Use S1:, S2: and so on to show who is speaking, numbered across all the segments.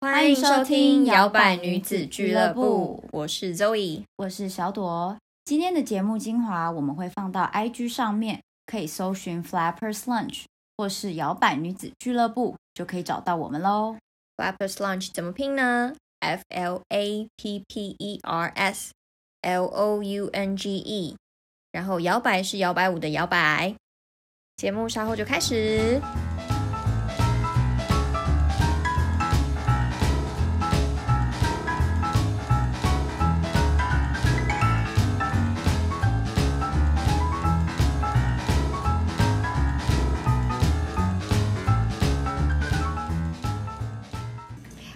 S1: 欢迎收听摇摆女子俱乐部，我是 Zoe。
S2: 我是小朵。哦今天的节目精华我们会放到 IG 上面，可以搜寻 Flappers Lunch 或是摇摆女子俱乐部，就可以找到我们喽。
S1: Flappers Lounge 怎么拼呢？F L A P P E R S L O U N G E。然后摇摆是摇摆舞的摇摆。节目稍后就开始。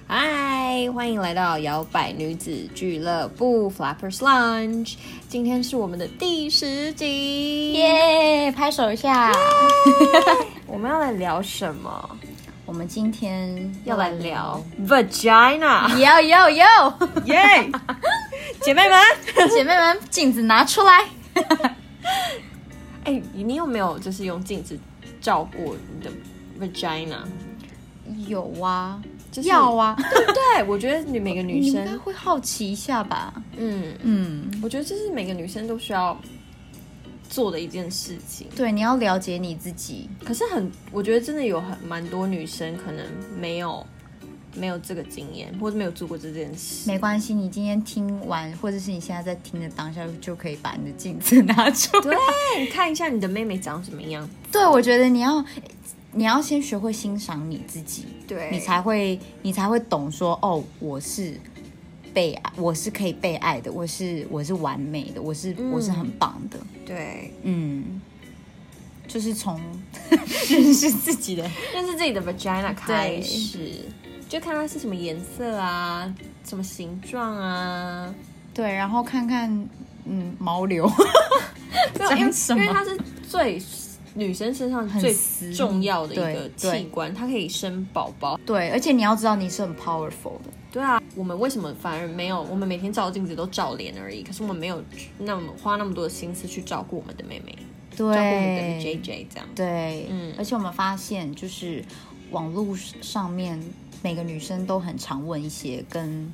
S1: 嗨，欢迎来到摇摆女子俱乐部 Flappers Lounge。今天是我们的第十集，
S2: 耶、拍手一下！
S1: 我们要来聊什么？
S2: 我们今天
S1: 要来聊 vagina，
S2: 要要要，
S1: 耶！ 姐妹们，
S2: 姐妹们，镜子拿出来。
S1: 哎、你有没有就是用镜子照过你的 vagina？
S2: 有啊，
S1: 就是
S2: 要啊，
S1: 对，我觉得你每个女
S2: 你应该
S1: 生，
S2: 会好奇一下吧？
S1: 嗯，
S2: 嗯，
S1: 我觉得这是每个女生都需要做的一件事情。
S2: 对，你要了解你自己。
S1: 可是很，我觉得真的有很蛮多女生可能没有没有这个经验，或者没有做过这件事。
S2: 没关系，你今天听完，或者是你现在在听的当下，就可以把你的镜子 拿出来。
S1: 对，你看一下你的妹妹长什么样。
S2: 对，我觉得你要你要先学会欣赏你自己，
S1: 对
S2: 你才会你才会懂说哦，我是被爱，我是可以被爱的，我是我是完美的，我是、我是很棒的，
S1: 对，
S2: 嗯，就是从认识自己的，
S1: 认识自己的 vagina 开
S2: 对
S1: 始，就看它是什么颜色啊，什么形状啊，
S2: 对，然后看看嗯毛流，
S1: 对因为
S2: 讲什
S1: 因为
S2: 么？
S1: 它是最女生身上
S2: 很
S1: 最
S2: 私
S1: 重要的一
S2: 对
S1: 个
S2: 对
S1: 器官，它可以生宝宝。
S2: 对，而且你要知道你是很 powerful 的，
S1: 对啊，我们为什么反而没有？我们每天照镜子都照脸而已，可是我们没有那么花那么多的心思去照顾我们的妹妹，照顾我们的
S2: 对
S1: JJ 这样。
S2: 对，
S1: 嗯
S2: 而且我们发现，就是网络上面每个女生都很常问一些跟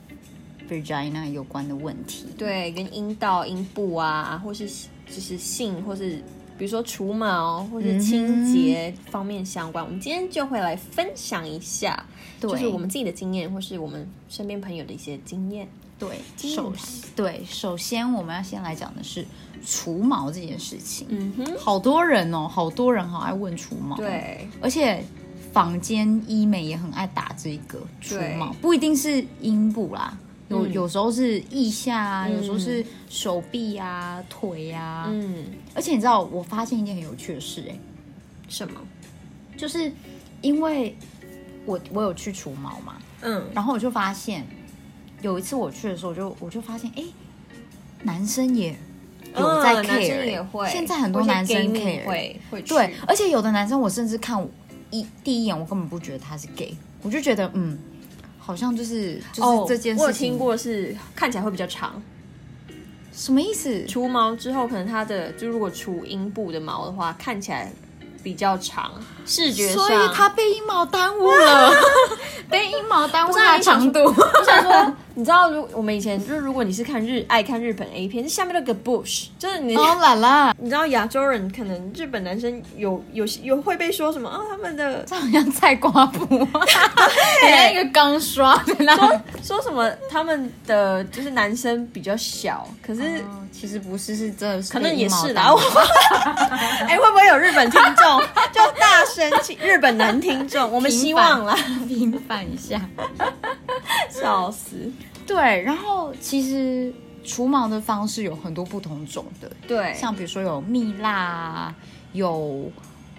S2: vagina 有关的问题。
S1: 对，跟阴道、阴部啊，或是就是性，或是比如说除毛或
S2: 嗯
S1: 是清洁方面相关，我们今天就会来分享一下，
S2: 对
S1: 就是我们自己的经验，或是我们身边朋友的一些经验。嗯
S2: 对，
S1: 经
S2: 首
S1: 验
S2: 对，首先我们要先来讲的是除毛这件事情。
S1: 嗯哼，
S2: 好多人哦，好多人好爱问除毛。，
S1: 对，
S2: 而且坊间医美也很爱打这个除
S1: 对
S2: 毛，不一定是阴部啦。有、
S1: 嗯
S2: 有时候是腋下啊，有时候
S1: 嗯
S2: 是手臂啊、腿啊，
S1: 嗯，
S2: 而且你知道，我发现一件很有趣的事、欸，
S1: 什么？
S2: 就是因为我我有去除毛嘛，
S1: 嗯，
S2: 然后我就发现有一次我去的时候我就我就发现，哎、男生也有在 care，、欸
S1: 嗯男生也会，
S2: 现在很多
S1: 或是
S2: 男生
S1: gay 蜜
S2: care，
S1: 会会去
S2: 对，而且有的男生我甚至看我一第一眼我根本不觉得他是 gay，我就觉得嗯，好像就是就是这件
S1: 哦、我
S2: 事
S1: 有
S2: 情，
S1: 听过是看起来会比较长，
S2: 什么意思？
S1: 除毛之后可能它的就如果除阴部的毛的话，看起来比较长，视觉上。
S2: 所以 他被阴毛耽误了， 被阴毛耽误
S1: 是啊
S2: 他的长度。
S1: 我想说，你知道，如我们以前就是如果你是看日爱看日本 A 片，下面那个 bush，就是你、
S2: 哦啦啦，
S1: 你知道亚洲人可能日本男生有有有会被说什么啊、他们的
S2: 这好像菜瓜 布，很像一个钢刷的那种。
S1: 说什么他们的就是男生比较小，可是。
S2: 嗯其实不是，是真的是
S1: 哦可能也是
S2: 的
S1: 啦，我 哎、会不会有日本听 众就大声气日本男听众？我们希望啦，
S2: 平 反一下。
S1: 笑死。
S2: 对，然后其实除毛的方式有很多不同种的，
S1: 对，
S2: 像比如说有蜜蜡啊，有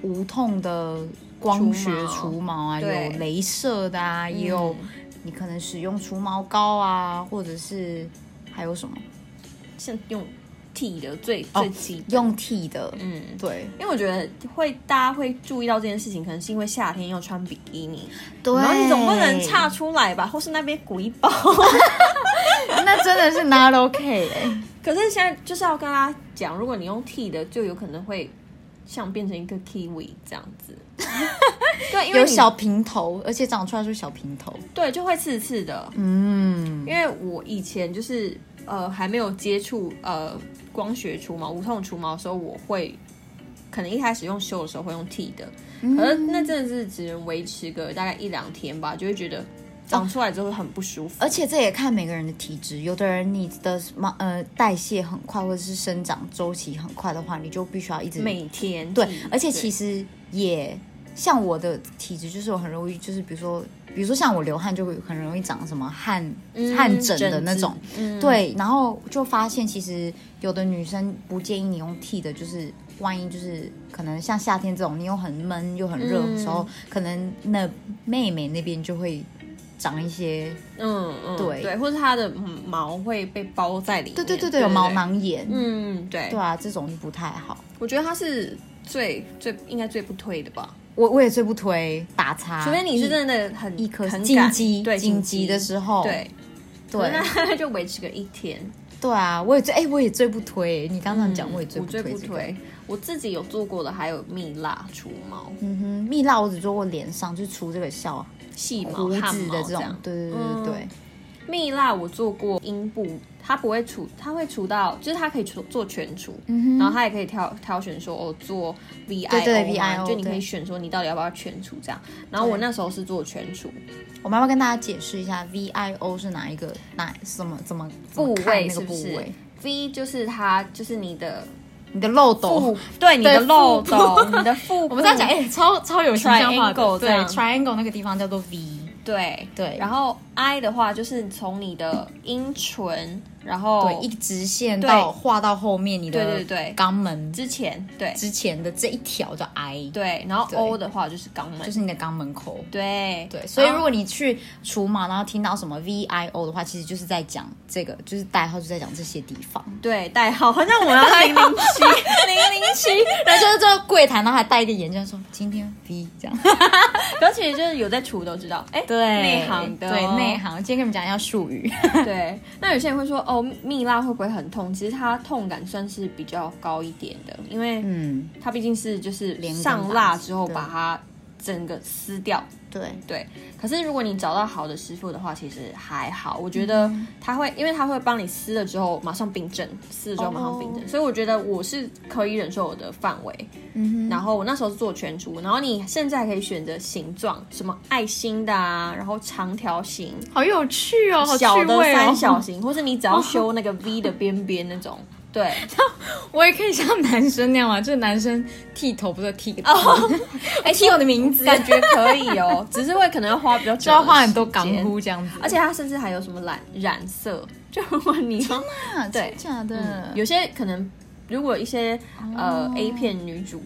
S2: 无痛的光学
S1: 除毛
S2: 除毛啊，有
S1: 对
S2: 镭射的啊，也有你可能使用除毛膏啊，或者是还有什么
S1: 像用剃的最、
S2: 哦
S1: 最基本，
S2: 用剃的，
S1: 嗯，
S2: 对
S1: 因为我觉得会大家会注意到这件事情，可能是因为夏天又穿比基尼，
S2: 对，
S1: 然后你总不能岔出来吧，或是那边鼓一包。
S2: 那真的是 not OK 哎、
S1: 可是现在就是要跟大家讲，如果你用剃的，就有可能会像变成一个 kiwi 这样子。对，因为
S2: 有
S1: 你
S2: 小平头，而且长出来是小平头。
S1: 对就会刺刺的，
S2: 嗯，
S1: 因为我以前就是呃还没有接触呃光学除毛、无痛除毛的时候，我会可能一开始用修的时候会用剃的，可
S2: 嗯
S1: 是那真的是只能维持个大概一两天吧，就会觉得长出来之后很不舒服。
S2: 哦而且这也看每个人的体质，有的人你的毛呃代谢很快，或者是生长周期很快的话，你就必须要一直
S1: 每天
S2: 对
S1: 剃，
S2: 而且其
S1: 对
S2: 实也像我的体质，就是我很容易，就是比如说，比如说像我流汗就会很容易长什么汗、
S1: 嗯
S2: 汗疹的那种，
S1: 疹子嗯
S2: 对，然后就发现其实有的女生不建议你用剃的，就是万一就是可能像夏天这种，你又很闷又很热
S1: 嗯
S2: 的时候，可能那妹妹那边就会长一些，
S1: 嗯嗯
S2: 对
S1: 对，或者它的嗯毛会被包在里面，
S2: 对对对对，有毛。囊炎，
S1: 嗯，对，
S2: 对啊，这种就不太好。
S1: 我觉得它是最最应该最不推的吧，
S2: 我我也最不推打叉，
S1: 除非你是真的很
S2: 一颗
S1: 很
S2: 紧
S1: 赶
S2: 急
S1: 对
S2: 紧急的时候，
S1: 对
S2: 对
S1: 那就维持个一天。
S2: 对啊，我也最哎、我也最不推。你刚刚讲，我也最
S1: 嗯我
S2: 不推、
S1: 最
S2: 这
S1: 不
S2: 个。
S1: 推，我自己有做过的还有蜜蜡除毛、
S2: 嗯哼，蜜蜡我只做过脸上，就是除这个笑
S1: 细毛、
S2: 胡
S1: 汗
S2: 子
S1: 毛
S2: 的这
S1: 这
S2: 种
S1: 样。。嗯
S2: 对对对对对，
S1: 蜜蜡我做过阴部，它不会除，它会除到，就是它可以除做全除，然后它也可以挑挑选说，哦，做 V I
S2: 嗯对
S1: O，
S2: 对 VIO
S1: 就你可
S2: 对
S1: 以选说你到底要不要全除这样。然后我
S2: 对
S1: 那时候是做全除，
S2: 我妈妈跟大家解释一下，VIO 是哪一个哪什么怎么怎么
S1: 部
S2: 看
S1: 位
S2: 那
S1: 是
S2: 个
S1: 不
S2: 部
S1: 是
S2: 位，
S1: ？V 就是它，就是你的
S2: 你的漏
S1: 腹
S2: 斗。，
S1: 对你的
S2: 哦对
S1: 漏
S2: 腹部
S1: 斗，你的腹部。
S2: 我们在讲哎、超超有形象化
S1: Triangle
S2: 的，对
S1: 这
S2: 啊
S1: 样
S2: ，triangle 那个地方叫做 V，
S1: 对
S2: 对
S1: 然后 I 的话就是从你的阴唇，然后
S2: 对，一直线
S1: 对
S2: 到画到后面你的
S1: 对对对
S2: 肛门之
S1: 之前对
S2: 之前的这一条叫 I，，
S1: 对，然后
S2: 对
S1: O 的话就是肛门，
S2: 就是你的肛门口。
S1: 对
S2: 对，所以
S1: 然
S2: 如
S1: 后
S2: 果你去除毛，然后听到什么 V I O 的话，其实就是在讲这个，就是代号就在讲这些地方。
S1: 对代号，好像我要零零 七零零七，
S2: 然后就是在柜台，然后还戴一个眼镜，说今天 V 这样。
S1: 而且就是有在除都知道， 哎，内行的哦，
S2: 对内行。今天跟你们讲一下术语。
S1: 对。那有些人会说，哦，蜜蜡会不会很痛？其实它痛感算是比较高一点的，因为
S2: 嗯，
S1: 它毕竟是就是
S2: 连根
S1: 上
S2: 拔
S1: 蜡
S2: 起
S1: 之后
S2: 对
S1: 把它整个撕掉，
S2: 对，
S1: 对，可是如果你找到好的师傅的话，其实还好。我觉得
S2: 嗯
S1: 他会，因为他会帮你撕了之后马上冰镇，撕了之后马上冰镇，
S2: 哦
S1: 所以我觉得我是可以忍受我的范围。
S2: 嗯
S1: 然后我那时候是做全除，然后你甚至还可以选择形状，什么爱心的啊，然后长条形、
S2: 哼，好有趣哦，好哦趣
S1: 小的
S2: 味哦
S1: 三角。形，或是你只要修那个 V 的边边那种。 对，
S2: 我也可以像男生那样啊嘛，就是男生剃头不是剃个头，哎，剃我的名字，
S1: 感觉可以哦，只是会可能要花比较久，
S2: 就要画很多港呼，这样子。
S1: 而且它甚至还有什么染染色，就如果你要
S2: 啊，
S1: 对
S2: 真假的
S1: 嗯，有些可能如果一些呃
S2: 哦
S1: A 片女主，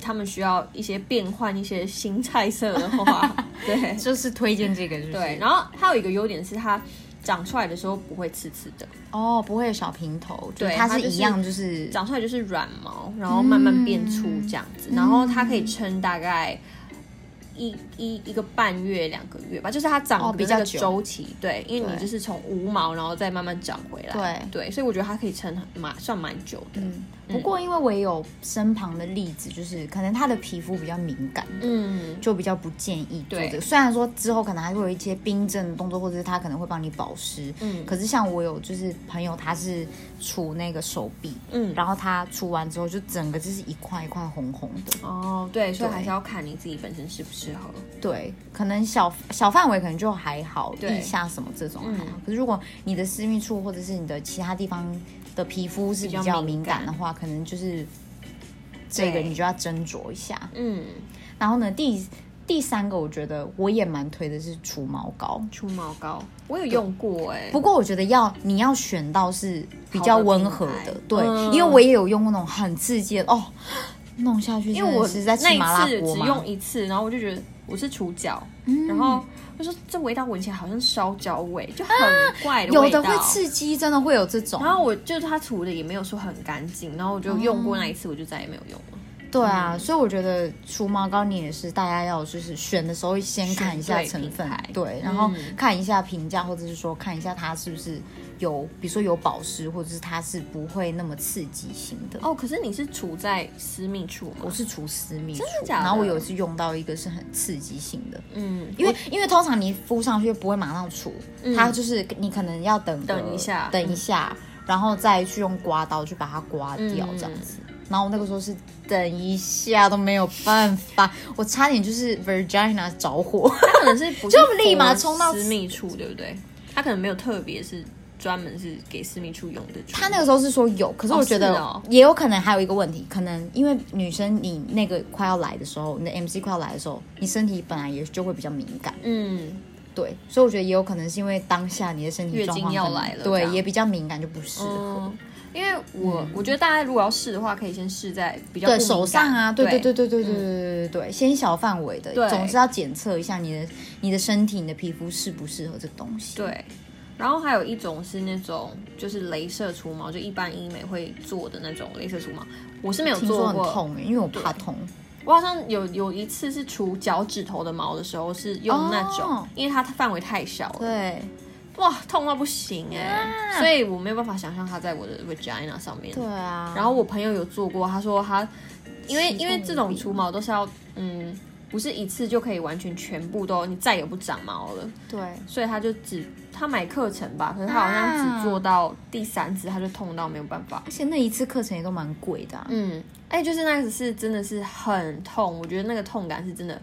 S1: 她们需要一些变换一些新菜色的 话，对
S2: 就是推荐这个，就是嗯
S1: 对。然后还有一个优点是它。长出来的时候不会刺刺的，
S2: 哦，不会有小平头，就是
S1: 对
S2: 它
S1: 它
S2: 是
S1: 就是
S2: 一样，就是
S1: 长出来就是软毛，然后慢慢变粗这样
S2: 嗯
S1: 子，然后它可以撑大概一一一个半月、两个月吧，就是它长
S2: 哦
S1: 的
S2: 比
S1: 那
S2: 较
S1: 个
S2: 久
S1: 周期，对，因为你
S2: 对
S1: 就是从无毛然后再慢慢长回来，对，所以我觉得它可以撑很蛮算蛮久的，
S2: 嗯。不过因为我也有身旁的例子，就是可能他的皮肤比较敏感，
S1: 嗯，
S2: 就比较不建议做
S1: 对
S2: 这个。虽然说之后可能还会有一些冰镇的动作，或者是他可能会帮你保湿，
S1: 嗯
S2: 可是像我有就是朋友，他是除那个手臂，
S1: 嗯
S2: 然后他除完之后就整个就是一块一块红红的，
S1: 哦，对，所以
S2: 对
S1: 还是要看你自己本身适不适合。
S2: 对，可能小小范围可能就还好，
S1: 对
S2: 腋下什么这种还好。
S1: 嗯
S2: 可是如果你的私密处或者是你的其他地方的皮肤是
S1: 比
S2: 比
S1: 较
S2: 较
S1: 敏
S2: 敏感
S1: 感
S2: 的话，可能就是这个
S1: 对
S2: 你就要斟酌一下。
S1: 嗯，
S2: 然后呢，第第三个我觉得我也蛮推的是除毛膏，
S1: 除毛膏我有用过哎、
S2: 不过我觉得要你要选到是比较温和
S1: 好的
S2: 的
S1: 品牌，
S2: 对，
S1: 嗯
S2: 因为我也有用过那种很刺激的哦，弄下去
S1: 因为我
S2: 真的是在
S1: 那
S2: 吃麻辣
S1: 一次
S2: 锅
S1: 只
S2: 嘛，
S1: 用一次，然后我就觉得我是除脚，
S2: 嗯
S1: 然后我说这味道闻起来好像烧焦味，就很怪的
S2: 有
S1: 味道。嗯
S2: 的会刺激，真的会有这种
S1: 然。后我就它除的也没有说很干净，然后我就用过那一次，我就再也没有用了。
S2: 对啊，所以我觉得除毛膏你也是，大家要就是选的时候先看一下成
S1: 选对，品
S2: 分
S1: 牌嗯
S2: 对，然后看一下评价，或者是说看一下它是不是有，比如说有保湿，或者是它是不会那么刺激性的。
S1: 哦，可是你是处在私密处
S2: 我
S1: 吗？
S2: 是除私密处，
S1: 假的
S2: 然后我有一次用到一个是很刺激性的，
S1: 嗯，
S2: 因为因为通常你敷上去不会马上除，它就是你可能要等个
S1: 等一下
S2: 等一下，然后再去用刮刀去把它刮掉
S1: 嗯
S2: 这样子。然后我那个时候是等一下都没有办法，我差点就是 Virginia 着火。
S1: 它可能是不是
S2: 就立马冲到
S1: 私密处，对不对？它可能没有特别是专门是给私密处用的除毛。
S2: 他那个时候是说有，可是我觉
S1: 哦是
S2: 得
S1: 哦
S2: 也有可能还有一个问题，可能因为女生你那个快要来的时候，你的 MC 快要来的时候，你身体本来也就会比较敏感。
S1: 嗯，
S2: 对，所以我觉得也有可能是因为当下你的身体
S1: 月
S2: 状
S1: 经
S2: 况
S1: 要
S2: 可能
S1: 来了这
S2: 对，
S1: 样
S2: 也比较敏感，就不适合。
S1: 嗯，因为我、我觉得大家如果要试的话，可以先试在比较
S2: 对
S1: 不敏感
S2: 手上啊，对对对
S1: 对
S2: 对对对对对对对，先小范围的，
S1: 对
S2: 总是要检测一下你的你的身体、你的皮肤适不适合这个东西。，
S1: 对。然后还有一种是那种就是镭射除毛，就一般医美会做的那种镭射除毛，我是没有
S2: 听
S1: 做
S2: 说很
S1: 过。
S2: 痛欸，因为我怕痛。
S1: 我好像有有一次是除脚趾头的毛的时候是用那种，
S2: 哦
S1: 因为它范围太小了，
S2: 对啊
S1: 哇，痛到不行哎、所以我没有办法想象它在我的 vagina 上面。
S2: 对啊，
S1: 然后我朋友有做过，他说他
S2: 嗯
S1: 因为因为这种除毛都是要嗯，不是一次就可以完全全部都你再也不长毛了，
S2: 对，
S1: 所以他就只他买课程吧，可是他好像只做
S2: 啊
S1: 到第三次他就痛到没有办法。
S2: 而且那一次课程也都蛮贵的啊。
S1: 嗯，哎、就是那个是真的是很痛，我觉得那个痛感是真的，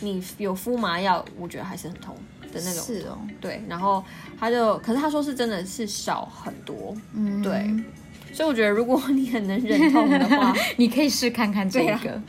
S1: 你有敷麻药，我觉得还是很痛的那种。
S2: 是哦，
S1: 对，然后他就，可是他说是真的是少很多，
S2: 嗯，
S1: 对，所以我觉得如果你很能忍痛的 话，
S2: 你可以试看看这
S1: 对啊
S2: 个。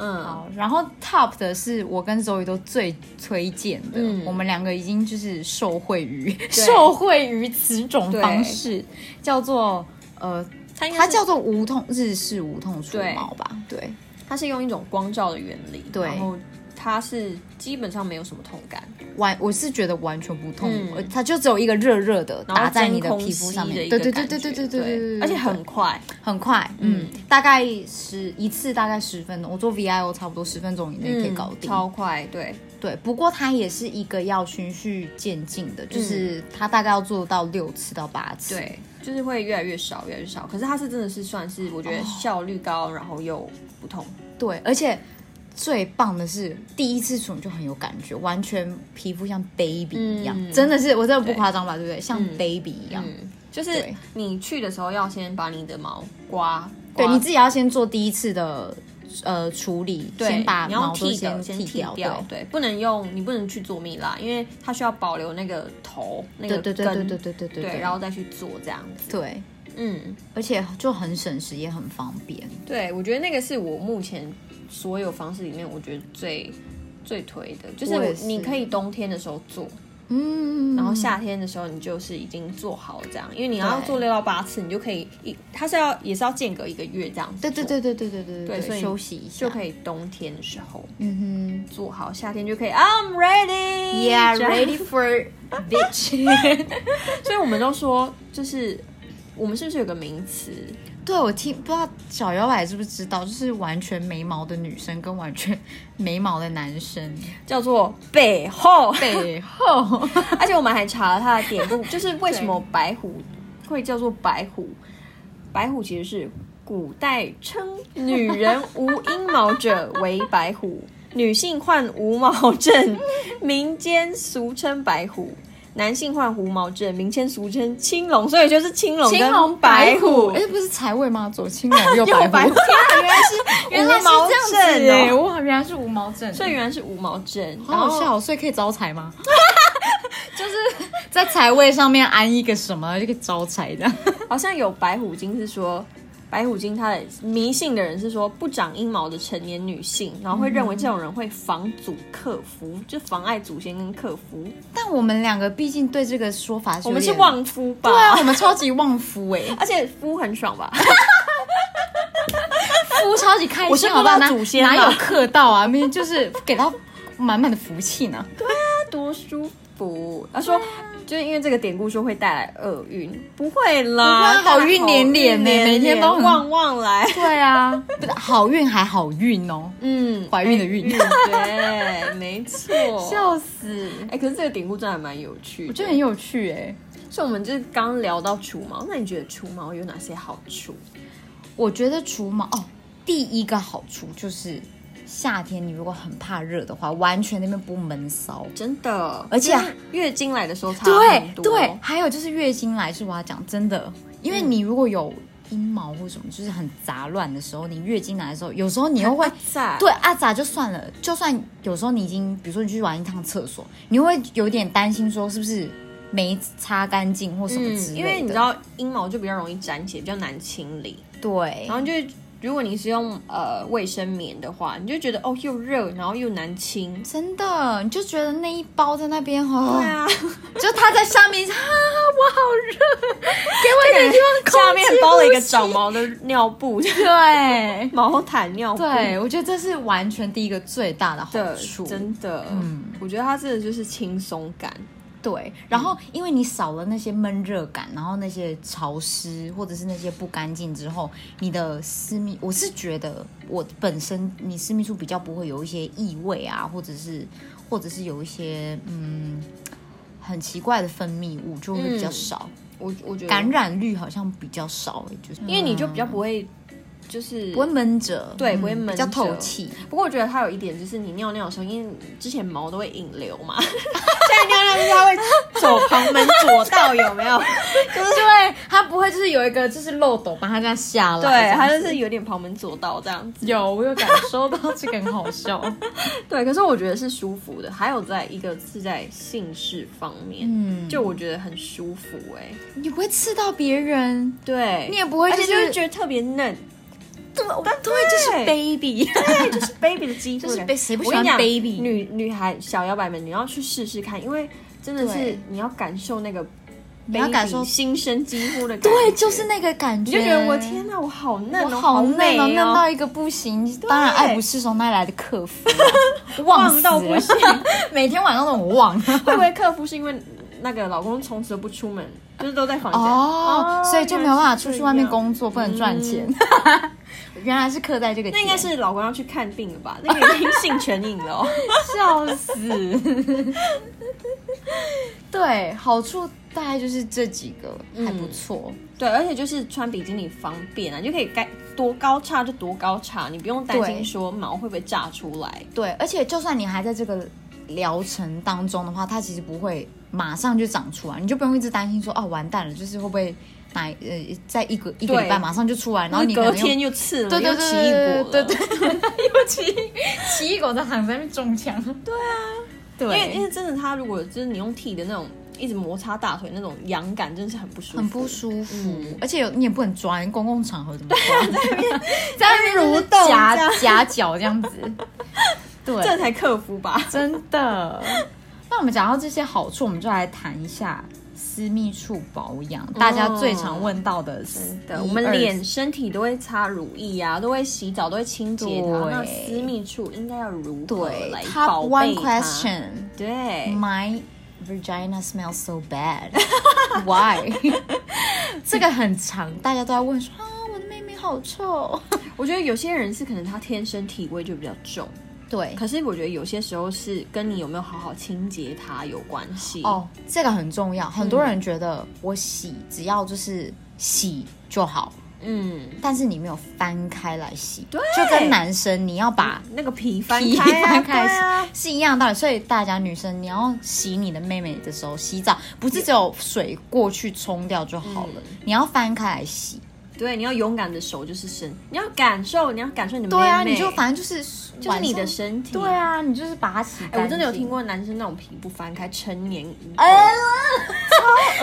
S1: 嗯，
S2: 啊好，然后 top 的是我跟 Zoe 都最推荐的，
S1: 嗯
S2: 我们两个已经就是受惠于受惠于此种方式，叫做呃，
S1: 它应该
S2: 它
S1: 是
S2: 叫做无痛日式无痛除
S1: 对
S2: 毛吧？对
S1: 它是用一种光照的原理，
S2: 对
S1: 然后它是基本上没有什么痛感，
S2: 完我是觉得完全不痛，
S1: 嗯
S2: 呃它就只有一个热热的
S1: 然后
S2: 打在
S1: 真
S2: 你的
S1: 空
S2: 皮肤
S1: 吸
S2: 上
S1: 的
S2: 面，
S1: 一
S2: 对
S1: 个
S2: 对对
S1: 感
S2: 对对
S1: 觉
S2: 对对对，
S1: 而且很快，
S2: 很快，嗯，大概十一次大概十分钟，我做 VIO 差不多十分钟以内可以搞
S1: 嗯
S2: 定，
S1: 超快，对，
S2: 对，不过它也是一个要循序渐进的，
S1: 嗯
S2: 就是它大概要做到六次到八次。，
S1: 对，就是会越来越少，越来越少。可是它是真的是算是我觉得效率高，然后又不痛。
S2: 对，而且最棒的是第一次除你就很有感觉，完全皮肤像 baby 一样，
S1: 嗯
S2: 真的是我真的不夸张吧，对不对？像
S1: 嗯
S2: baby 一样。
S1: 嗯，就是
S2: 对
S1: 你去的时候要先把你的毛刮，
S2: 对，
S1: 刮
S2: 你自己要先做第一次的呃处理，
S1: 对
S2: 先把
S1: 你要
S2: 毛都
S1: 剃掉，
S2: 剃
S1: 先剃
S2: 掉，
S1: 掉，对，不能用你不能去做蜜蜡，因为它需要保留那个头那个
S2: 对
S1: 根，
S2: 对对对对对对对
S1: 对
S2: 对，
S1: 然后再去做这样子。
S2: 对，
S1: 嗯，
S2: 而且就很省时也很方便。
S1: 对，我觉得那个是我目前所有方式里面，我觉得最最推的，就是
S2: 我
S1: 我
S2: 也是
S1: 你可以冬天的时候做，
S2: 嗯，
S1: 然后夏天的时候你就是已经做好这样，因为你要
S2: 对
S1: 做六到八次，你就可以一它是要也是要间隔一个月这样子，
S2: 对对，对对对对对
S1: 对所以
S2: 休息一下
S1: 就可以冬天的时候
S2: 嗯
S1: 做好，夏天就可以 I'm ready
S2: 哼 ，Yeah
S1: 这样
S2: ready for bitch 。
S1: 所以我们都说就是。我们是不是有个名词？
S2: 对，我听不知道小摇摆知不知道，就是完全没毛的女生跟完全 没毛的男生
S1: 叫做背后，
S2: 背后，
S1: 而且我们还查了它的典 故，就是为什么白虎会叫做白虎？白虎其实是古代称女人无阴毛者为白虎，女性患无毛症，民间俗称白虎。男性患无毛症，民间俗称青龙，所以就是 青龙跟白虎
S2: 哎，不是财位吗？左 青龙右白
S1: 有白
S2: 虎
S1: 虎，， 原来是原来
S2: 无
S1: 是
S2: 毛
S1: 这
S2: 症哎，
S1: 样子哦，
S2: 哇，原来是无毛 症，
S1: 所以原来是无毛 症，
S2: 好好笑哦，所以可以招财吗？ 就是在财位上面安一个什么就可以招财的，
S1: 好像有白虎精是说，白虎精他的迷信的人是说不长阴毛的成年女性，然后会认为这种人会防祖克夫，就妨碍祖先跟克夫。
S2: 但我们两个毕竟对这个说法是
S1: 我
S2: 有
S1: 们是
S2: 点
S1: 旺夫吧？
S2: 对啊，我们超级旺夫哎、
S1: 而且夫很爽 吧？
S2: 夫哎超级开心，
S1: 我是不
S2: 好不好
S1: 知道
S2: 哪
S1: 祖先
S2: 哪
S1: 啦
S2: 啊 有克到啊？明明就是给他满满的福气呢。
S1: 多舒福。他说，就是因为这个典故说会带来厄运，不会啦，
S2: 不会好运连连呢
S1: 大好运
S2: 每天都很
S1: 旺旺来。
S2: 对啊，不是好运还好运哦，
S1: 嗯，
S2: 怀孕的孕，
S1: 对，没错。
S2: 笑死！
S1: 哎、可是这个典故真的还蛮有趣的，
S2: 我觉得很有趣哎、
S1: 所以我们就是刚聊到除毛，那你觉得除毛有哪些好处？
S2: 我觉得除毛哦，第一个好处就是夏天你如果很怕热的话，完全那边不闷骚。
S1: 真的，
S2: 而且啊
S1: 就是月经来的时候差
S2: 对
S1: 很多
S2: 对，还有就是月经来是我要讲真的，因为你如果有阴毛或什么，就是很杂乱的时候，你月经来的时候，有时候你又会。
S1: 在
S2: 对啊，咋就算了？就算有时候你已经，比如说你去玩一趟厕所，你会有点担心，说是不是没擦干净或什么之类的。
S1: 嗯因为你知，道阴毛就比较容易沾血，比较难清理。
S2: 对
S1: 然，后就是如果你是用呃卫生棉的话，你就觉得哦又热，然后又难清。
S2: 真的，你就觉得那一包在那边哦，
S1: 对啊，
S2: 就他在上面，哈、我好热，给我一点地方
S1: 下面包了一个长
S2: 掌。
S1: 毛的尿布，
S2: 对
S1: 毛毯尿布。
S2: 对，我觉得这是完全第一个最大的好
S1: 的，
S2: 处。
S1: 真的，
S2: 嗯
S1: 我觉得它真的就是轻松感。
S2: 对，然后因为你少了那些闷热感，然后那些潮湿或者是那些不干净之后，你的私密，我是觉得我本身你私密处比较不会有一些异味啊，或者是或者是有一些嗯很奇怪的分泌物就会比较
S1: 嗯
S2: 少，
S1: 我我觉得
S2: 感，染率好像比较少、欸，就是
S1: 因为你就比较不会，就是
S2: 不会闷着，嗯
S1: 对不会闷
S2: 比较
S1: 着
S2: 透气。
S1: 不过我觉得它有一点就是你尿尿的时候，因为之前毛都会引流嘛，现在尿尿就是它会左旁门左道，有没有？
S2: 就是对，它不会就是有一个就是漏斗帮它这样 下来，
S1: 对，它
S2: 它
S1: 就是有点旁门左道这样子。
S2: 有，我有感受到这个很好笑。
S1: 对，可是我觉得是舒服的。还有在一个是在性事方面，
S2: 嗯
S1: 就我觉得很舒服哎、
S2: 你不会刺到别人，
S1: 对，
S2: 你也不会
S1: 而
S2: 就
S1: 且
S2: 是
S1: 就会觉得特别嫩，
S2: 对，
S1: 哎
S2: 对，就是 baby，
S1: 对，就是 baby 的肌肤
S2: 就是
S1: 感
S2: ba- 谁不
S1: 我跟你
S2: 喜
S1: 讲
S2: 欢 baby
S1: 女女孩小摇摆们，你要去试试看，因为真的是
S2: 对
S1: 你要感受那个 baby
S2: 你要感受
S1: 新生肌肤的感觉，
S2: 对，就是那个感
S1: 你
S2: 觉，
S1: 就觉得我天。哪，我好嫩
S2: 我
S1: 哦，
S2: 好嫩
S1: 美
S2: 哦，
S1: 哦，
S2: 嫩到一个不行。当然，哎爱不释手，哪里来的客服啊、
S1: 忘
S2: 死
S1: 到
S2: 了
S1: 不行。
S2: 每天晚上都很忘。
S1: 会不会客服是因为那个老公从此都不出门， 就是都在房间
S2: 哦，所以就没有办法出去外面
S1: 作。
S2: 工作，不能赚钱。 原来是刻在这个点，
S1: 嗯 那应该是老公要去看病了吧？那 个已经性成瘾 了、哦。
S2: 笑死。对，好处大概就是这几个，
S1: 嗯
S2: 还不错。
S1: 对，而且就是穿比基尼方便啊，你就可以该多高叉就多高叉，你不用担心
S2: 对
S1: 说毛会不会炸出来。
S2: 对，而且就算你还在这个疗程当中的话，它其实不会马上就长出来，你就不用一直担心说哦完蛋了，就是会不会哪呃在一个一个
S1: 对
S2: 礼拜马上就出来，然
S1: 然
S2: 后
S1: 后
S2: 你可
S1: 隔
S2: 嗯能又
S1: 天又刺了，
S2: 对对
S1: 又
S2: 对
S1: 奇异果了。
S2: 对对对， 又奇异奇异果在躺在那边中枪。对啊，
S1: 因为因
S2: 对，
S1: 为真的，它如果就是你用剃的那种一直摩擦大腿那种痒感，真的是很不舒服，
S2: 很不舒服，
S1: 嗯
S2: 而且有你也不能抓，你公共场合怎么抓？ 在那边
S1: 蠕
S2: 蠕
S1: 动这
S2: 夹
S1: 样
S2: 夹脚这 样子。对，
S1: 这才克服吧。
S2: 真的。那我们讲到这些好处，我们就来谈一下私密处保养，大家最常问到的是
S1: 嗯真的，我们脸、身体都会擦乳液啊，都会洗澡，都会清洁它。
S2: 对
S1: 那私密处应该要如何
S2: 对
S1: 来
S2: Top
S1: 宝贝
S2: One
S1: 它？
S2: Question 嗯
S1: 对，
S2: My vagina smells so bad. Why？这个很长，大家都在问说啊，我的妹妹好 臭。
S1: 我觉得有些人是可能他天生体味就比较重，
S2: 对，
S1: 可是我觉得有些时候是跟你有没有好好清洁它有关系。
S2: 哦，这个很重
S1: 嗯
S2: 要。很多人觉得我洗只要就是洗就好，
S1: 嗯，
S2: 但是你没有翻开来洗，就跟男生你要把
S1: 那个皮翻
S2: 皮
S1: 开啊，
S2: 翻开
S1: 对啊，
S2: 是一样的道理。所以大家女生，你要洗你的妹妹的时候，洗澡不是只有水过去冲掉就好了，
S1: 嗯
S2: 你要翻开来洗。
S1: 对，你要勇敢的手就是身，你要感受，你要感受你的
S2: 对啊，
S1: 妹妹
S2: 你就反正就是
S1: 就是你的
S2: 晚上
S1: 身体。
S2: 对。啊，你就是把它洗干净。
S1: 哎、我真的有听过男生那种皮不翻开，成年以后，
S2: 哎，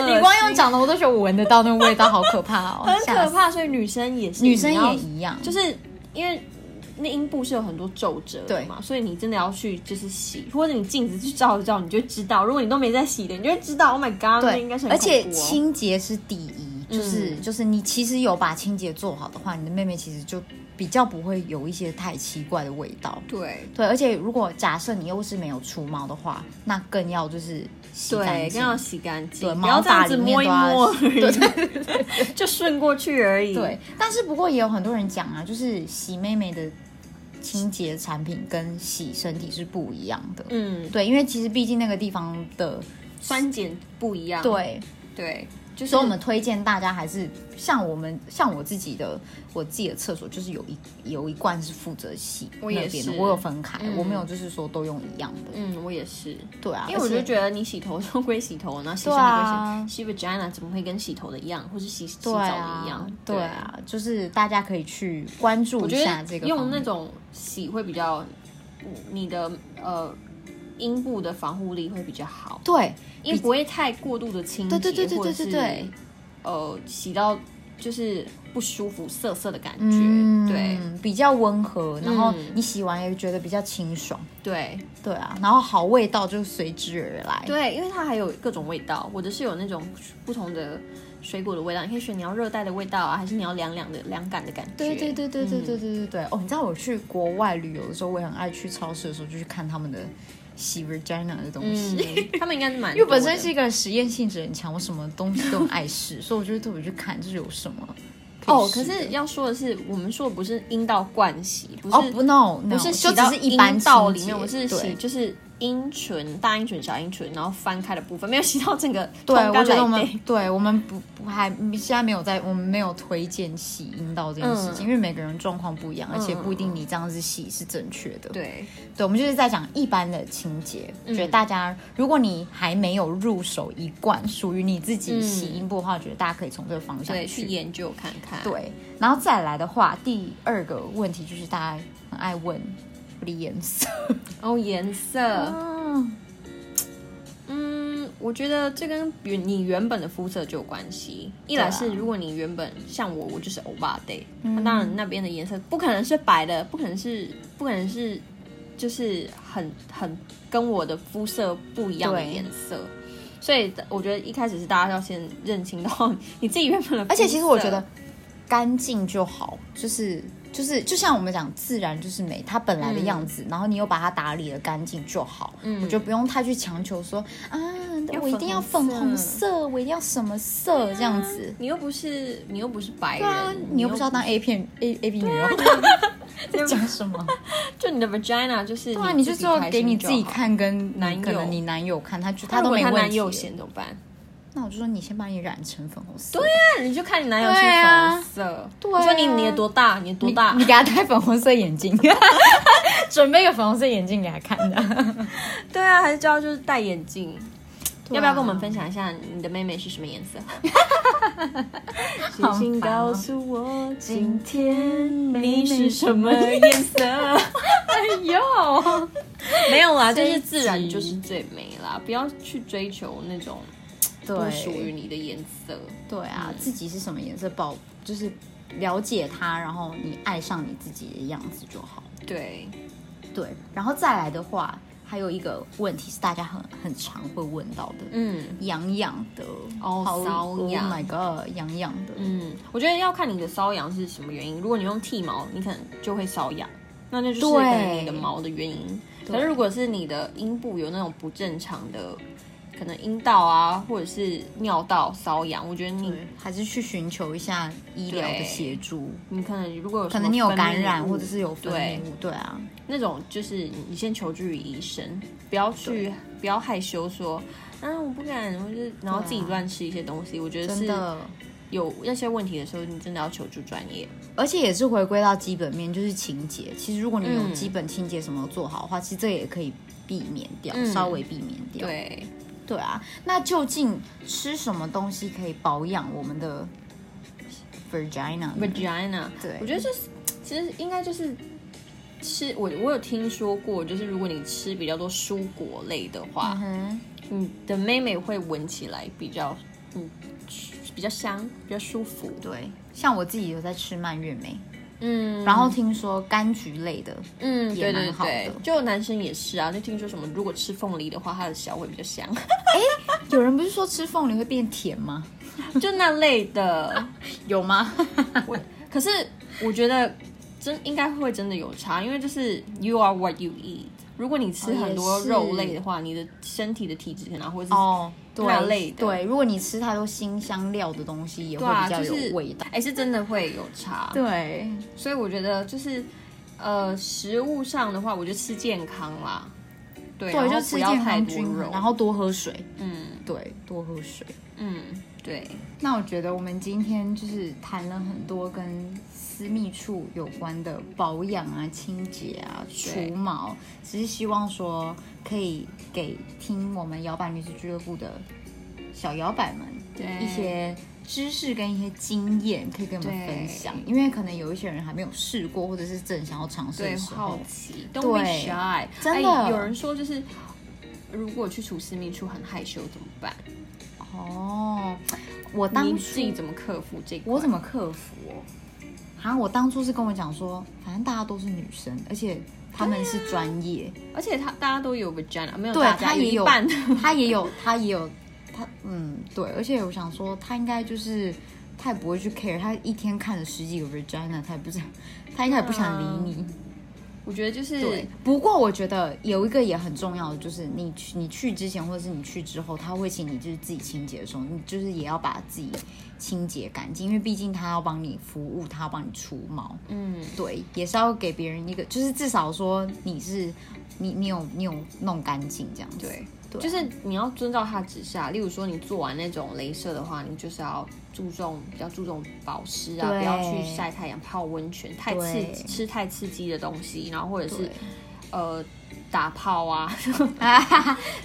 S1: 恶
S2: 你光用讲的，我都觉得我闻得到那个味道，好可怕 哦，
S1: 很
S2: 吓
S1: 可
S2: 死。
S1: 怕，所以女生也是，
S2: 女生
S1: 你要
S2: 也一样，
S1: 就是是因为那阴部是有很多皱褶的嘛，所以你真的要去就是洗，或者你镜子去照一照，你就知道。如果你都没在洗的，你就会知道。Oh my god，那应该
S2: 对
S1: 是，很
S2: 而
S1: 恐
S2: 且
S1: 怖哦
S2: 清洁是第一，就是、
S1: 嗯
S2: 就是你其实有把清洁做好的话，你的妹妹其实就比较不会有一些太奇怪的味道。
S1: 对
S2: 对，而且如果假设你又是没有除毛的话，那更要就是洗干
S1: 对，
S2: 净
S1: 更。要洗干净
S2: 对，
S1: 不要
S2: 毛
S1: 这样
S2: 发
S1: 子
S2: 里
S1: 摸
S2: 面
S1: 一
S2: 都要
S1: 摸而已， 就顺过去而已。
S2: 对，，但是不过也有很多人讲啊，就是洗妹妹的清洁产品跟洗身体是不一样的。
S1: 嗯，
S2: 对，因为其实毕竟那个地方的
S1: 酸碱不一样。
S2: 对，
S1: 对，就是
S2: 所以我们推荐大家还是像我们像我自己的我自己的厕所，就是有一有一罐是负责洗
S1: 我也
S2: 那边的，
S1: 是
S2: 我有分开，
S1: 嗯
S2: 我没有就是说都用一样的。
S1: 嗯，我也是。
S2: 对啊，
S1: 因为我就
S2: 而且
S1: 觉得你洗头 就归洗头，然后洗身体归洗、
S2: 对啊
S1: 洗 vagina 怎么会跟洗头的一样，或是洗洗
S2: 对
S1: 澡的一
S2: 啊
S1: 样？，
S2: 对啊，就是大家可以去关注
S1: 我
S2: 一
S1: 觉
S2: 下
S1: 得
S2: 这个方
S1: 用
S2: 面
S1: 那种洗会比较，你的呃阴部的防护力会比较好，
S2: 对
S1: 因为不会太过度的清洁，
S2: 对对对对
S1: 或
S2: 对
S1: 者
S2: 对
S1: 是
S2: 对，
S1: 呃洗到就是不舒服、涩涩的感觉，
S2: 嗯，
S1: 对，
S2: 比较温和，然后
S1: 嗯
S2: 你洗完也觉得比较清爽。
S1: 对
S2: 对啊，然后好味道就随之而来。
S1: 对，因为它还有各种味道，或者是有那种不同的水果的味道，你可以选你要热带的味道啊，还是你要凉凉的凉感的感觉，
S2: 对对对对对
S1: 嗯
S2: 对对对对。哦，你知道我去国外旅游的时候，我也很爱去超市的时候，就去看他们的洗 vagina 的东西。
S1: 嗯，他们应该是蛮
S2: 因为本
S1: 多
S2: 身
S1: 的
S2: 是一个实验性质很强，我什么东西都很爱试， 所以我就会特别去看，就是有什么以
S1: 哦，可
S2: 试的
S1: 是要说的是，我们说的不是阴道灌洗，不是、
S2: 哦不 no
S1: 不
S2: no，
S1: 是
S2: 就
S1: 洗
S2: 只
S1: 到
S2: 是一般
S1: 阴道
S2: 清
S1: 里面，
S2: 洁
S1: 我是洗
S2: 对
S1: 就是阴唇、大阴唇、小阴唇，然后翻开的部分，没有洗到整个
S2: 对，
S1: 通
S2: 我
S1: 干
S2: 觉得
S1: 来
S2: 我们
S1: 背
S2: 对我们不不还现在没有在我们没有推荐洗阴道这件事
S1: 嗯
S2: 情，因为每个人状况不一样，而且
S1: 嗯
S2: 不一定你这样子洗是正确的。
S1: 对
S2: 对，我们就是在讲一般的清洁，觉
S1: 嗯
S2: 得大家如果你还没有入手一罐属于你自己洗阴部的话，我觉得大家可以从这个方
S1: 嗯
S2: 向
S1: 对去
S2: 去。
S1: 研究看看。
S2: 对，然后再来的话，第二个问题就是大家很爱问不离颜色。
S1: 哦，颜色，
S2: 嗯，
S1: 嗯，我觉得这跟原你原本的肤色就有关系。一来是
S2: 对啊嗯
S1: 如果你原本像我，我就是欧巴 day，、那当然那边的颜色不可能是白的，不可能是不可能是就是很很跟我的肤色不一样的
S2: 对
S1: 颜色。所以我觉得一开始是大家要先认清 到你自己原本的肤色，
S2: 而且其实我觉得干净就好，就是就是就像我们讲自然就是美，它本来的样子，然后你又把它打理的干净就好，
S1: 嗯
S2: 我就不用太去强求说啊，
S1: 要
S2: 我一定要粉红
S1: 粉红
S2: 色，我一定要什么色这样子。
S1: 你又不是你又不是白
S2: 对
S1: 人，
S2: 啊，你又不是要当 A 片 A A B 女优，
S1: 啊
S2: 在讲什么？
S1: 就你的 vagina 就是
S2: 对啊，你就
S1: 自己
S2: 只有
S1: 开
S2: 给
S1: 心
S2: 你
S1: 就
S2: 自己
S1: 好。
S2: 看，跟
S1: 男
S2: 你可
S1: 友
S2: 能你男友看，他就
S1: 他
S2: 他都没
S1: 他
S2: 问
S1: 男
S2: 题
S1: 友
S2: 了。
S1: 嫌怎么办？
S2: 那我就说你先把你染成粉红色，
S1: 那啊你就看你男友是
S2: 对啊
S1: 粉红色。
S2: 对啊
S1: 你说你你的多大？你的多大
S2: 你？你给他戴粉红色眼镜， 准备一个粉红色眼镜给他看的。
S1: 对啊，还是叫就是戴眼镜。
S2: 啊
S1: 要不要跟我们分享一下你的妹妹是什么颜色？
S2: 好
S1: 写信
S2: 烦哦
S1: 告诉我，
S2: 今
S1: 今天
S2: 妹
S1: 你
S2: 是
S1: 是什么颜 色？
S2: 哎呦，
S1: 没有啊啦，就
S2: 这一
S1: 是自然
S2: 集
S1: 就是最美啦，不要去追求那种不属于
S2: 对
S1: 你的嗯颜色。
S2: 对啊，自己是什么颜色保，就是了解它，然后你爱上你自己的样子就好。
S1: 对，
S2: 对，然后再来的话，还有一个问题是大家很很常会问到的，
S1: 嗯
S2: 痒痒的，
S1: 哦
S2: 好
S1: 瘙痒
S2: Oh my god，痒痒的，
S1: 嗯，我觉得要看你的瘙痒是什么原因。如果你用剃毛，你可能就会瘙痒，那那就是
S2: 对
S1: 可能你的毛的原因。
S2: 对
S1: 可是如果是你的阴部有那种不正常的，可能阴道啊或者是尿道瘙痒，我觉得你
S2: 对，还是去寻求一下医疗的
S1: 对
S2: 协助。
S1: 你可能如果有
S2: 可
S1: 什么
S2: 能你有
S1: 分泌
S2: 感染，
S1: 物
S2: 或者是有分
S1: 对
S2: 泌物，对啊，
S1: 那种，就是你先求助于医生，不要去不要害羞说。嗯，我不敢，我就是然后自己
S2: 对啊
S1: 乱吃一些东西，我觉得
S2: 真
S1: 是
S2: 的。
S1: 有那些问题的时候，你真的要求助专业。
S2: 而且也是回归到基本面，就是清洁。其实如果你有
S1: 嗯
S2: 基本清洁什么都做好的话，其实这也可以避免掉，
S1: 嗯
S2: 稍微避免掉。
S1: 对，
S2: 对啊，那究竟吃什么东西可以保养我们的 vagina？呢
S1: vagina，
S2: 对
S1: 我觉得就是，其实应该就是吃我我有听说过，就是如果你吃比较多蔬果类的话
S2: 嗯，哼，
S1: 你的妹妹会闻起来比较嗯比较香，比较舒服。
S2: 对，像我自己有在吃蔓越莓，
S1: 嗯，
S2: 然后听说柑橘类的，
S1: 嗯，
S2: 也
S1: 对
S2: 蛮
S1: 对
S2: 好的
S1: 对，就男生也是啊，就听说什么如果吃凤梨的话，它的小会比较 香，
S2: 有人不是说吃凤梨会变甜吗？
S1: 就那类的。
S2: 有吗？
S1: 我可是我觉得真应该会真的有差，因为就是 you are what you eat。如果你吃
S2: 哦也
S1: 很多
S2: 是
S1: 肉类的话，你的身体的体质可能或者是
S2: 哦，
S1: 那类的
S2: 对，如果你吃太多辛香料的东西，也会
S1: 对啊，
S2: 比
S1: 就
S2: 较
S1: 是
S2: 有味道。
S1: 哎、是真的会有差。
S2: 对，
S1: 所以我觉得就是呃，食物上的话，我就吃健康啦。对，然
S2: 对，
S1: 后
S2: 就吃
S1: 不要
S2: 健
S1: 太
S2: 康
S1: 多
S2: 均衡
S1: 肉，，
S2: 然后多喝水。
S1: 嗯
S2: 对，多喝水。
S1: 嗯，对，
S2: 那我觉得我们今天就是谈了很多跟私密处有关的保养啊、清洁啊、
S1: 对
S2: 除毛，只是希望说可以给听我们摇摆女子俱乐部的小摇摆们
S1: 对
S2: 一些知识跟一些经验，可以跟我们
S1: 对
S2: 分享，因为可能有一些人还没有试过，或者是正想要尝试
S1: 对
S2: 的时
S1: 好
S2: 候，
S1: 奇，Don't be
S2: 对
S1: shy。
S2: 真的
S1: 哎有人说就是。如果去除私密处很害羞怎么办？
S2: 哦，我当
S1: 你
S2: 初
S1: 自己怎么克服这个？
S2: 我怎么克服、哦？啊，我当初是跟我讲说，反正大家都是女生，而且他们是专业，
S1: 而且他大家都有 vagina，没有
S2: 对啊
S1: 啊大家
S2: 他也
S1: 一
S2: 有
S1: 半。
S2: 他也有，他也有，他嗯，对，而且我想说，他应该就是他也不会去 care，他一天看了十几个 vagina，他也不是，他应该也不想理你。
S1: 我觉得就是
S2: 对，不过我觉得有一个也很重要的，就是你去你去之前或者是你去之后，他会请你就是自己清洁的时候，你就是也要把自己清洁干净，因为毕竟他要帮你服务，他要帮你除毛。
S1: 嗯，
S2: 对，也是要给别人一个，就是至少说你是你你有你有弄干净这样子。
S1: 对，
S2: 对啊
S1: 就是你要遵照他指示啊。例如说，你做完那种镭射的话，你就是要注重比较注重保湿啊，
S2: 对
S1: 不要去晒太阳、泡温泉，太刺
S2: 对
S1: 激吃太刺激的东西，然后或者是
S2: 对，
S1: 呃打炮 啊，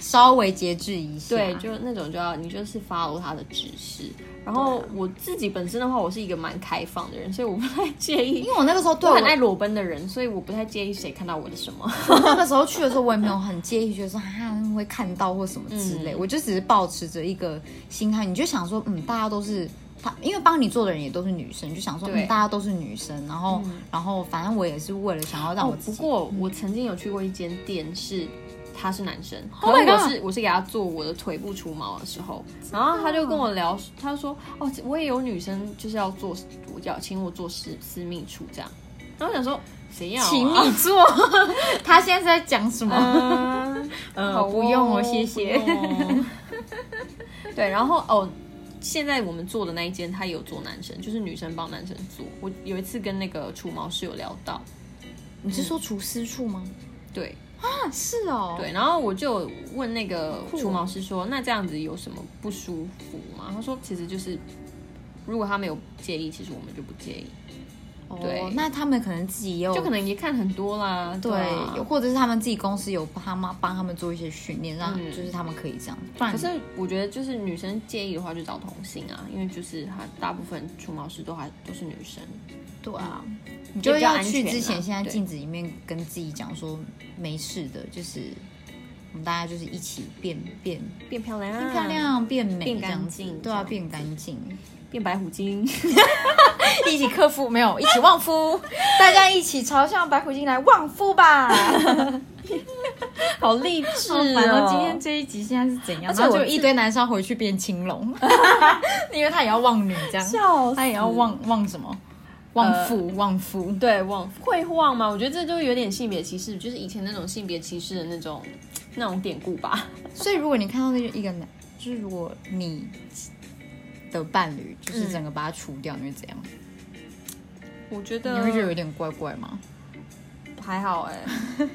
S2: 稍微节制一下。
S1: 对，就那种就要你就是 follow 他的指示。然后
S2: 啊
S1: 我自己本身的话，我是一个蛮开放的人，所以我不太介意
S2: 因。为我那个时候对
S1: 我
S2: 我
S1: 很爱裸奔的人，所以我不太介意谁看到我的什么。
S2: 我那个时候去的时候，我也没有很介意，觉得说哈会看到或什么之类，
S1: 嗯
S2: 我就只是保持着一个心态，你就想说，嗯，大家都是他，因为帮你做的人也都是女生，就想说，
S1: 对
S2: 嗯，大家都是女生，然后、然后反正我也是为了想要让我
S1: 哦，
S2: 自
S1: 不
S2: 己，
S1: 过我曾经有去过一间店是。他是男生，可
S2: Oh
S1: 是
S2: my
S1: 我是我是给他做我的腿部除毛的时候，然后他就跟我聊，他说哦，我也有女生就是要做，我要请我做私私密处这样，然后我想说谁要、啊，
S2: 请你做，他现在是在讲什么？
S1: 嗯，好
S2: 啊不用哦谢谢
S1: 不用哦 对，然后哦，现在我们做的那一间，他有做男生，就是女生帮男生做。我有一次跟那个除毛师有聊到，
S2: 你是说厨师处吗？
S1: 对，
S2: 啊，是哦，
S1: 对，然后我就问那个
S2: 酷哦
S1: 除毛师说：“那这样子有什么不舒服吗？”他说：“其实就是，如果他没有介意，其实我们就不介意，
S2: 哦
S1: 对
S2: 那他们可能自己也有，
S1: 就可能也看很多啦，
S2: 哦对，
S1: 啊
S2: 有或者是他们自己公司有帮他们帮他们做一些训练，让、
S1: 嗯
S2: 就是他们可以这样，不然
S1: 可是我觉得，就是女生介意的话，就找同性啊，因为就是他大部分除毛师都还都是女生，
S2: 对啊，你
S1: 就
S2: 就
S1: 比较
S2: 要
S1: 安
S2: 去
S1: 全
S2: 之
S1: 啦
S2: 前，先在
S1: 对
S2: 镜子里面跟自己讲说没事的，就是我们大家就是一起变变
S1: 变漂亮、
S2: 变漂、亮、嗯变美
S1: 变
S2: 这样
S1: 干
S2: 子
S1: 净，
S2: 对啊，
S1: 这样
S2: 变干净，
S1: 变白虎精。
S2: 一起克服没有，一起旺 夫，大家一起朝向白虎精来旺夫吧。
S1: 好励志
S2: 好烦哦！今 天这一集现在是怎样？
S1: 而且
S2: 然后
S1: 我
S2: 就一堆男生要回去变青 龙，因为他也要旺女 这样，
S1: 笑死
S2: 他也要旺旺什么？旺夫，旺夫。
S1: 对忘会忘吗？我觉得这就有点性别歧视，就是以前那种性别歧视的那种那种典故吧。
S2: 所以如果你看到那个一个男，就是如果你的伴侣就是整个把他除掉，你会怎样？
S1: 我觉
S2: 你
S1: 得
S2: 会觉得有点怪怪吗？
S1: 还好 哎、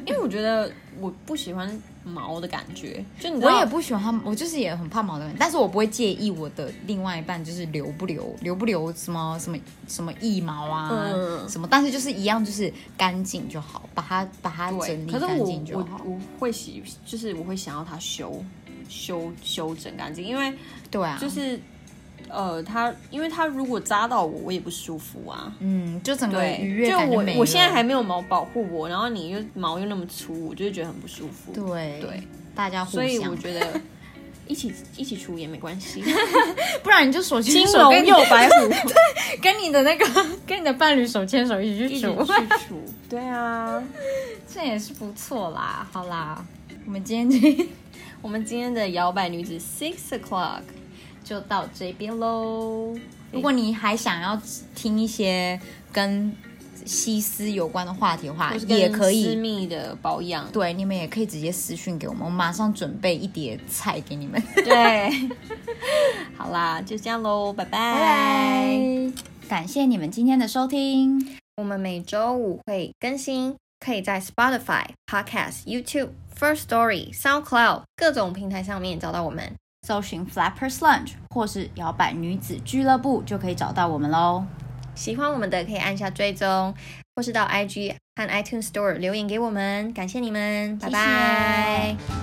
S1: 因为我觉得我不喜欢毛的感觉，就你知
S2: 我
S1: 道
S2: 也不喜欢他，我就是也很怕毛的人，但是我不会介意我的另外一半就是留不留，留不留什么什么什么腋毛啊，
S1: 嗯
S2: 什么，但是就是一样，就是干净就好，把它把它
S1: 对，
S2: 整理
S1: 可是
S2: 干
S1: 我
S2: 净就
S1: 我
S2: 好。
S1: 我会喜，就是我会想要它修修修整干净，因为
S2: 对啊，
S1: 就是、呃，它因为它如果扎到我，我也不舒服啊。
S2: 嗯，就整个愉
S1: 对，
S2: 悦
S1: 就
S2: 感
S1: 我
S2: 没
S1: 我现在
S2: 了
S1: 还没有毛保护我，然后你又毛又那么粗，我就会觉得很不舒服。
S2: 对
S1: 对，
S2: 大家互
S1: 所以
S2: 相
S1: 我，觉得一起一起除也没关 系，
S2: 不然你就手牵
S1: 金
S2: 手
S1: 龙
S2: 跟你
S1: 又白虎
S2: 跟你的那个 跟你的伴侣手牵手一起
S1: 一
S2: 去
S1: 起
S2: 煮，
S1: 去除。对啊，
S2: 这也是不错啦。好啦，我们今天就
S1: 我们今天的摇摆女子 Six O'clock
S2: 就到这边喽。
S1: 喽。
S2: 如果你还想要听一些跟西施有关的话题的
S1: 啊
S2: 话，
S3: 或是跟
S2: 也可
S3: 私
S2: 以。
S3: 密的保养。
S2: 对，你们也可以直接私讯给我们，我马上准备一碟菜给 你们。
S3: 对，好啦，就这样喽，拜拜。
S2: 拜拜，感谢你们今天的收听。
S1: 我们每周五会更新，可以在 Spotify、Podcast、YouTube、First Story、SoundCloud 各种平台上面找到我们。
S2: 搜寻 Flappers Lunch 或是摇摆女子俱乐部就可以找到我们喽。
S1: 喜欢我们的可以按下追踪，或是到 IG 和 iTunes Store 留言给我们。感谢你们，拜拜。
S2: 谢谢